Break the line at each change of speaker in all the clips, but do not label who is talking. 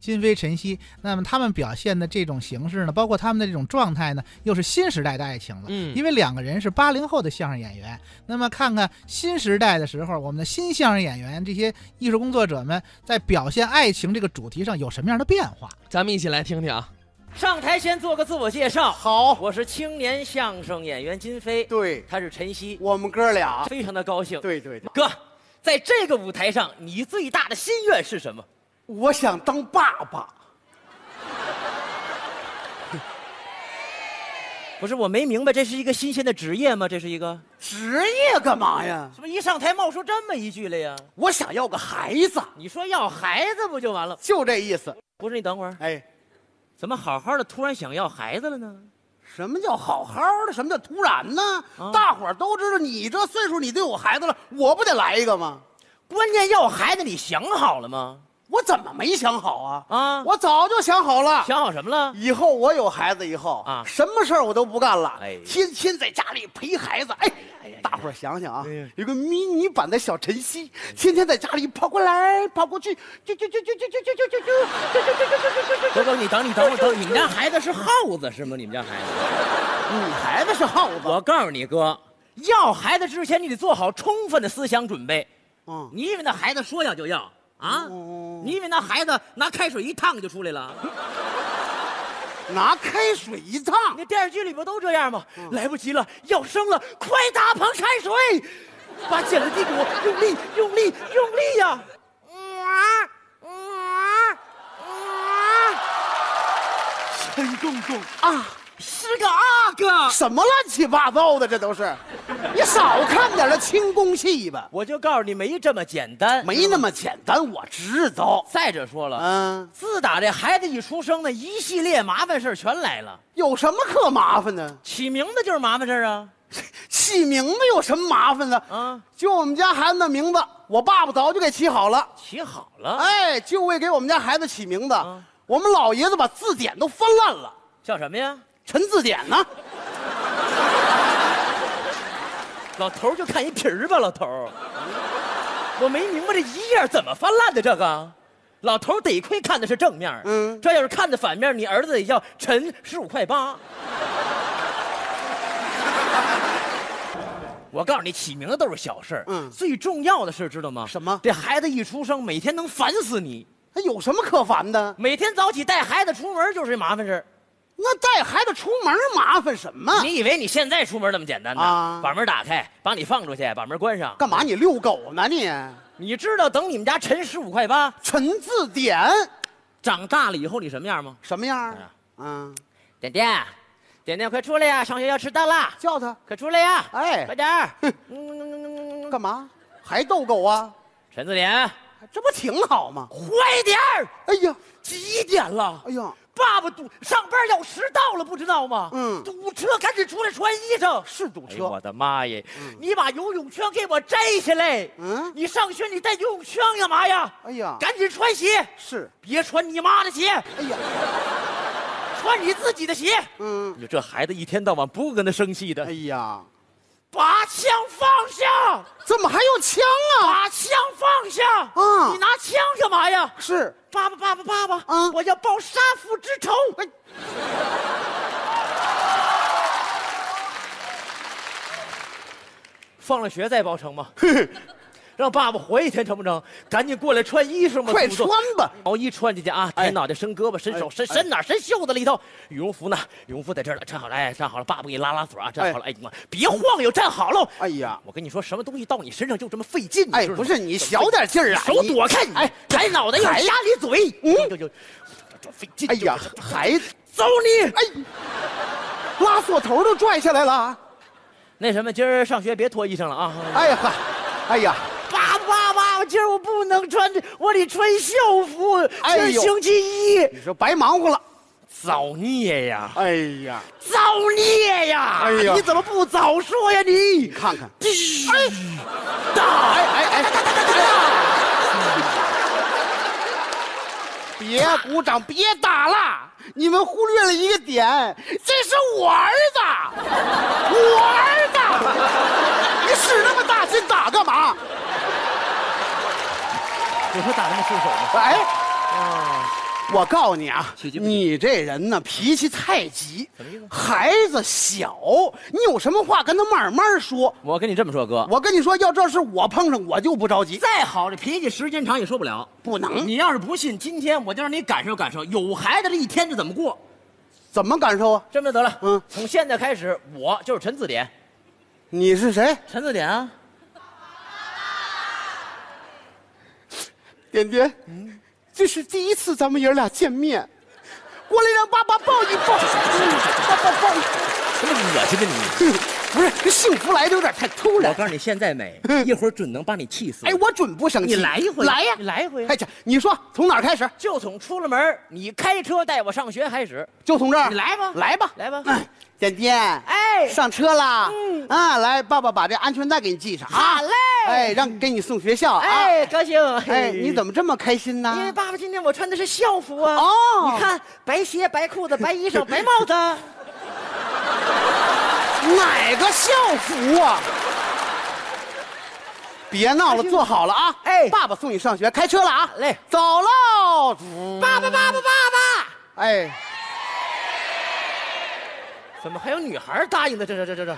今非晨曦。那么他们表现的这种形式呢，包括他们的这种状态呢，又是新时代的爱情了。
嗯
因为两个人是八零后的相声演员，那么看看新时代的时候，我们的新相声演员这些艺术工作者们在表现爱情这个主题上有什么样的变化？
咱们一起来听听啊。
上台先做个自我介绍，
好，
我是青年相声演员金飞，
对
他是晨曦，
我们哥俩，
非常的高兴。
对对对，
哥，在这个舞台上，你最大的心愿是什么？
我想当爸爸，
不是，我没明白，这是一个新鲜的职业吗？这是一个
职业干嘛呀？
怎么一上台冒出这么一句来呀？
我想要个孩子，
你说要孩子不就完了？
就这意思。
不是，你等会儿，
哎，
怎么好好的突然想要孩子了呢？
什么叫好好的？什么叫突然呢？
啊
大伙儿都知道，你这岁数，你都有孩子了，我不得来一个吗？
关键要孩子，你想好了吗？
我怎么没想好啊？
啊
我早就想好了。
想好什么 了？
以后我有孩子以后
啊
什么事儿我都不干了，
哎
天天在家里陪孩子。哎，大伙儿想想啊，
哎
有个迷你版的小晨曦，天天在家里跑过来跑过去，啾啾啾啾啾啾啾啾啾啾啾啾啾啾啾啾。
哥哥，你等你等会儿，等会儿你们家孩子是耗子是吗？你们家孩子？
你孩子是耗子，
我告诉你哥，要孩子之前你得做好充分的思想准备。
嗯，
你以为那孩子说要就要啊？
哦
你以为那孩子拿开水一烫就出来了？
拿开水一烫，
那电视剧里不都这样吗？
嗯
来不及了，要生了，快打盆开水，把剪子递给我，用力，用力，用力呀、
真公公啊，
是个阿哥，
什么乱七八糟的，这都是，你少看点那清宫戏吧，
我就告诉你，没这么简单。
没那么简单，我知道。
再者说了，
嗯，
自打这孩子一出生呢，一系列麻烦事儿全来了。
有什么可麻烦的？
起名字就是麻烦事儿啊！
起名字有什么麻烦呢？
啊，
就我们家孩子的名字，我爸爸早就给起好了。
起好了，
哎，就为给我们家孩子起名字，
啊
我们老爷子把字典都翻烂了，
叫什么呀？
陈字典呢？
老头儿就看一皮儿吧，老头儿。我没明白这一页怎么翻烂的这个。老头儿得亏看的是正面儿，
嗯
这要是看的反面儿，你儿子得叫陈十五块八。我告诉你，起名字都是小事儿，
嗯
最重要的是知道吗？
什么
这孩子一出生，每天能烦死你，
他哎有什么可烦的？
每天早起带孩子出门就是一麻烦事儿。
那带孩子出门麻烦什么？
你以为你现在出门那么简单呢？
啊
把门打开，把你放出去，把门关上。
干嘛你遛狗呢你？
你知道等你们家陈十五块八
陈字典
长大了以后你什么样吗？
什么样
哎呀
啊？嗯，
点点，点点，快出来呀！上学要迟到啦！
叫他
快出来呀！
哎
快点 儿！
干嘛？还逗狗啊？
陈字典，
这不挺好吗？
快点儿！
哎呀，
几点了？
哎呀，
爸爸堵上班要迟到了，不知道吗？
嗯
堵车，赶紧出来穿衣裳。
是堵
哎呦
车。
我的妈耶！你把游泳圈给我摘下来！
嗯
你上学你带游泳圈干嘛呀？
哎呀，
赶紧穿鞋，
是。
别穿你妈的鞋，
哎呀，
穿你自己的鞋。
嗯，
你这孩子一天到晚不跟他生气的
哎，呀。
把枪放下，
怎么还有枪啊？
把枪放下！
啊
你拿枪干嘛呀？
是，
爸爸，爸爸，爸爸！
啊
我要报杀父之仇！
哎
放了学再报成吗？让爸爸活一天成不成？赶紧过来穿衣裳吧，
快
祖宗
穿吧！
毛衣穿进去啊，
哎
抬脑袋、伸胳膊、伸手、
哎
伸
哎
伸哪儿？伸袖子里头。羽绒服呢？羽绒服在这儿了，站好了，哎，站好了。爸爸给你拉拉锁啊，站好了，哎，你别晃悠，站好喽。
哎呀，
我跟你说，什么东西到你身上就这么费劲，你
哎，
知道吗
不是你小点劲儿啊！
手
你
躲开，哎
哎，
抬脑袋要
抬
压你嘴，嗯，
嗯
就就就费劲。
哎呀，孩子，
走你！
哎，拉锁头都拽下来了啊！
那什么，今儿上学别脱衣裳了啊！
哎呀，嗨哎呀，
爸爸爸爸，今儿我不能穿这，我得穿校服。今
哎
儿
呦
星期一，
你说白忙活了。
造孽呀！
哎呀，
造孽呀！
哎呀
你怎么不早说呀你
你？看看，
大
哎哎哎别鼓掌，别打了！你们忽略了一个点，这是我儿子，我儿子，你使那么大劲打干嘛？
我说打那么顺手吗？哦
哎，我告诉你啊
起，鸡不起
你这人呢脾气太急
什么意思，
孩子小，你有什么话跟他慢慢说。
我跟你这么说，哥，
我跟你说，要这是我碰上，我就不着急，
再好这脾气时间长也受不了。
不能
你要是不信，今天我就让你感受感受有孩子这一天是怎么过。
怎么感受啊？
这么着得了，
嗯
从现在开始，我就是陈字典，
你是谁？
陈字典啊，
点点，
嗯
这是第一次咱们爷俩见面，过来让爸爸抱一抱，爸爸抱一
什么恶心的你！
抱，不是这幸福来的有点太突
我
然。
告诉你，现在美，一会儿准能把你气死。
嗯哎，我准不生气，
你来一回，
来呀
你，来一回。
哎，这你说从哪儿开始？
就从出了门，你开车带我上学开始，
就从这儿，
你来吧
来吧，
来吧
哎点点，
哎
上车啦，
嗯
啊，来，爸爸把这安全带给你系上啊，
好嘞
哎，让给你送学校啊，
哎，高兴。
哎，你怎
么？
么这么开心呢？
因为爸爸今天我穿的是校服啊。
啊哦
你看，白鞋、白裤子、白衣 裳、白帽子。
哪个校服啊？别闹了，坐好了啊！
哎
爸爸送你上学，开车了啊！
嘞
走喽！
爸爸，爸爸，爸
哎，
爸！怎么还有女孩答应的？这这这这这。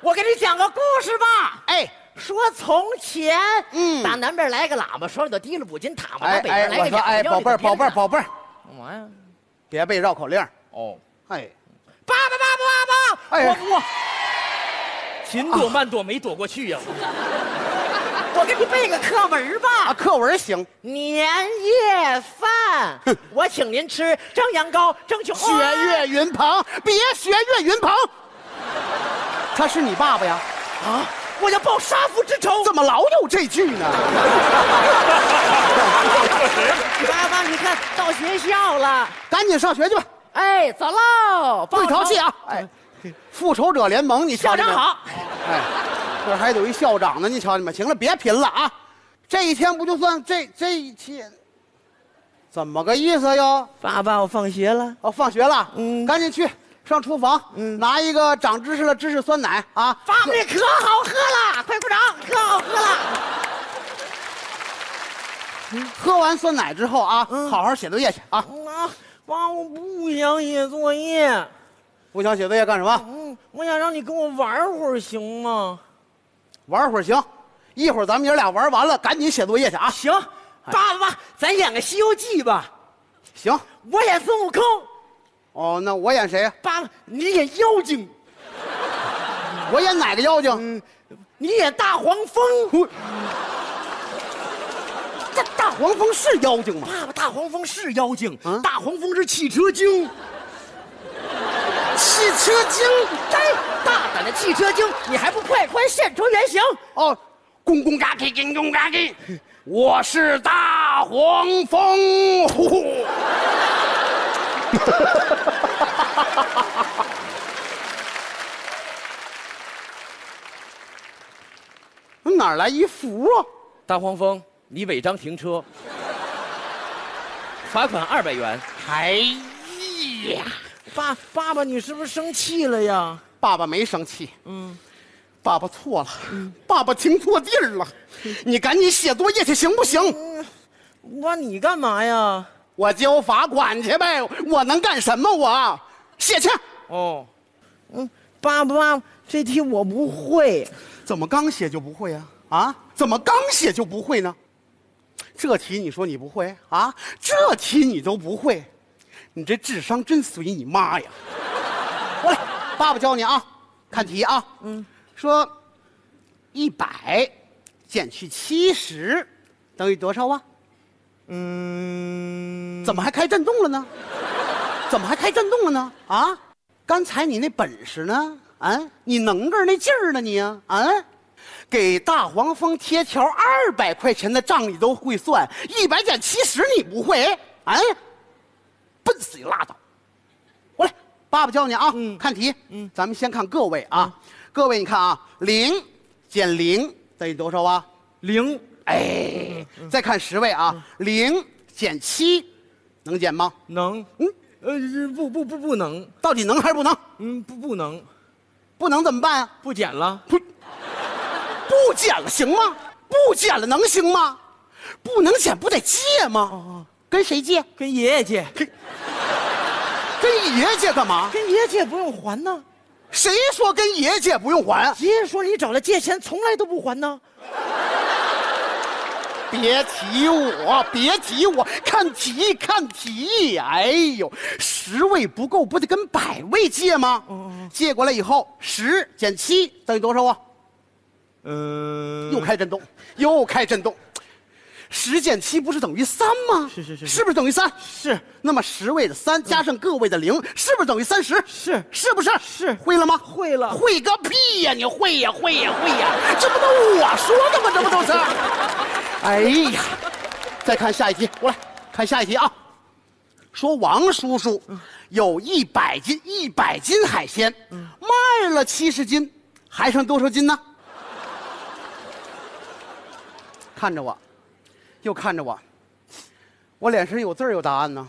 我给你讲个故事吧。
哎，
说从前，
嗯
打南边来个喇嘛，手里头提了五斤塔嘛，打
哎
北
哎
边，来
我
个
说哎，
哑巴
宝贝儿，宝贝儿，，宝贝儿，
干嘛哎呀？
别背绕口令儿。
哦，
哎，
爸爸，爸爸，爸爸！
哎
我我，勤躲慢躲没躲过去呀、
哦
我给你背个课文吧。
啊，课文行，
年夜饭，我请您吃蒸羊羔、蒸熊
学岳云鹏，别学岳云鹏，他是你爸爸呀？
啊！我要报杀父 之仇。
怎么老有这句呢？
爸爸，你看到学校了，
赶紧上学去吧，
哎，走喽！
不
报
许
仇
淘气！啊！哎，复仇者联盟，你瞧
校
见
长
没有
好，
哎，这还有一校长呢，你瞧见没？行了，别贫了啊！这一天不就算这这一天，怎么个意思哟？
爸爸，我放学了。
哦，放学了，
嗯
赶紧去上厨房，
嗯
拿一个长知识了芝士酸奶啊！
爸爸，这可好喝了，快鼓掌，可好喝了。
喝完酸奶之后啊，
嗯
好好写作业去啊！
啊，妈，我不想写作业。
不想写作业干什么？
嗯，我想让你跟我玩会儿，行吗？
玩会儿行，一会儿咱们爷俩玩完了，赶紧写作业去啊！
行，爸爸，咱演个《西游记》吧。
行，
我演孙悟空，
哦，那我演谁呀？
爸爸你演妖精，
我演哪个妖精？
你演大黄蜂。
这大黄蜂是妖精吗？
爸爸，大黄蜂是妖精，
啊
大黄蜂是汽车精。
汽车精。
哎，大胆的汽车精，你还不快快现出原形？
哦，公公嘎给叮咚嘎给，我是大黄蜂。 呼呼哪儿来一福啊？
大黄蜂，你违章停车，罚款二百元。
哎呀，
爸，爸爸，你是不是生气了呀？
爸爸没生气，
嗯，
爸爸错了，爸爸听错地儿了。你赶紧写作业去，行不行？
爸，你干嘛呀？
我交罚款去呗，我能干什么我？写去。
哦，嗯，爸爸，爸爸这题我不会。
怎么刚写就不会啊？啊，怎么刚写就不会呢？这题你说你不会啊？这题你都不会，你这智商真随你妈呀！ 过来，爸爸教你啊，看题啊。嗯，说一百减去七十等于多少啊？
嗯，
怎么还开震动了呢？怎么还开震动了呢？啊，刚才你那本事呢？啊，你能个儿那劲儿呢你啊？啊，给大黄蜂贴条二百块钱的账你都会算，一百减七十你不会？啊，笨死你拉倒！过来，爸爸教你啊，看题。嗯，咱们先看各位啊，各位你看啊，零减零等于多少啊？
零
哎，再看十位啊，零减七，能减吗？
能，
嗯，
呃，是不不不不能，
到底能还是不能？
嗯，不不能，
不能怎么办啊？
不减了。
不，不减了行吗？不减了能行吗？不能减不得戒吗？哦跟谁借？
跟爷爷借，
跟爷爷借干嘛？
跟爷爷借不用还呢。
谁说跟爷爷借不用还？
爷爷说你找他借钱从来都不还呢。
别提我，别提我，看题看题，哎呦，十位不够，不得跟百位借吗？
哦
借过来以后，十减七等于多少啊？
呃
又开震动，又开震动。十减七不是等于三吗？
是是是是
是不是等于三？
是。
那么十位的三加上个位的零，是不是等于三十？
是
是不是？
是
会了吗？
会了
会个屁呀！你会呀，会呀，会呀！这不都我说的吗？这不都是？ 哎呀，再看下一题，我来看下一题啊。说王叔叔有一百斤一百斤海鲜，卖了七十斤，还剩多少斤呢？ 看着我，又看着我，我脸上有字儿有答案呢，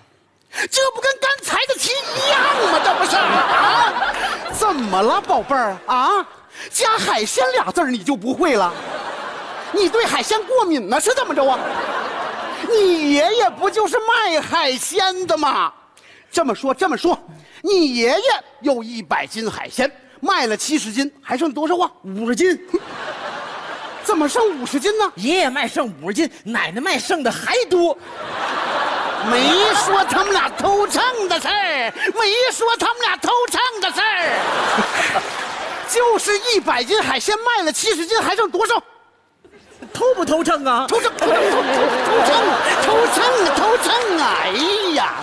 这不跟刚才的题一样吗？这不是啊？ 怎么了，宝贝儿啊？加海鲜俩字儿你就不会了？你对海鲜过敏呢？是怎么着啊？你爷爷不就是卖海鲜的吗？这么说，这么说，你爷爷有一百斤海鲜，卖了七十斤，还剩多少啊？
五十斤，
怎么剩五十斤呢？
爷爷卖剩五十斤，奶奶卖剩的还多。
没说他们俩偷秤的事儿，没说他们俩偷秤的事儿， 就是一百斤海鲜卖了七十斤，还剩多少？
偷不偷秤啊？
偷秤，偷秤，偷秤，偷秤啊！哎呀，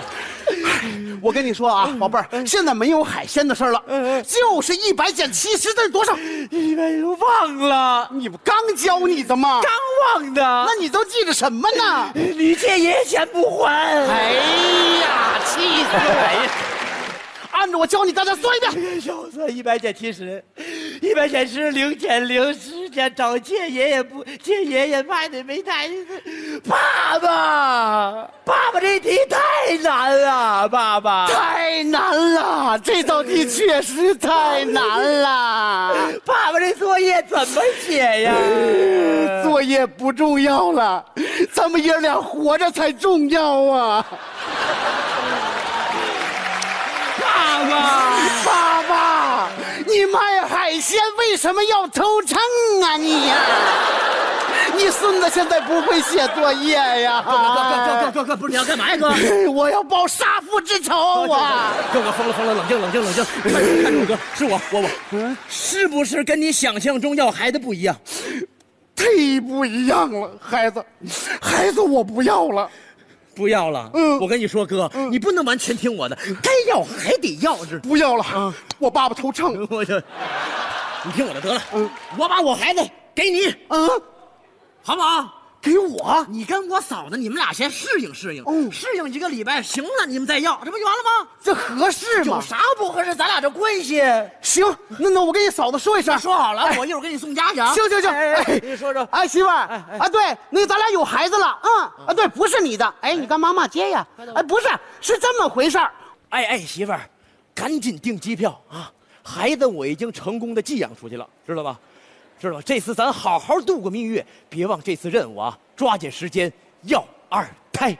我跟你说
嗯
啊，宝贝儿，现在没有海鲜的事儿了，就是一百减七十等于多少？
一百又哎忘了，
你不刚教你的吗？
刚忘的。
那你都记着什么呢？
你借爷爷钱不还？
哎呀，气死我！按照我教你，大家算一
啊
遍。
小子，一百减七十，一百减十，零减零，十减找借爷爷不借爷爷卖的没带，爸爸，爸爸这题太难了，爸爸，
太难了，这道题确实太难了。
爸爸这作业怎么写呀？
作业不重要了，咱们爷俩活着才重要啊！
爸爸，
爸爸，你卖海鲜为什么要偷秤啊你呀、你孙子现在不会写作业呀、
哥哥，不是你要干嘛呀，哥？
我要报杀父之仇啊！
哥哥疯了疯了，冷静冷静冷静，看住看住哥，是我我我，是不是跟你想象中要孩子不一样？
忒不一样了，孩子，孩子我不要了。
不要了。
嗯
我跟你说，哥，你不能完全听我的，该要还得要，知
不要了，
嗯
我爸爸偷秤。
我 就，你听我的得了。我把我孩子给你，
嗯，
好不好？
给我。
你跟我嫂子，你们俩先适应适应，
哦
适应一个礼拜，行了，你们再要，这不就完了吗？
这合适
有
吗？
啥不合适？咱俩这关系
行，那那我跟你嫂子说一声。
说好了，
哎
我一会儿给你送家去啊。
行行行，
哎哎
哎
你说说，
哎，媳妇儿
哎哎，
啊，对，那咱俩有孩子了，嗯，啊，对，不是你的，哎，你干嘛骂街呀？哎，不是，是这么回事儿。
哎哎，媳妇儿，赶紧订机票啊！孩子我已经成功的寄养出去了，知道吧？知道吧？这次咱好好度过蜜月，别忘这次任务啊！抓紧时间要二胎。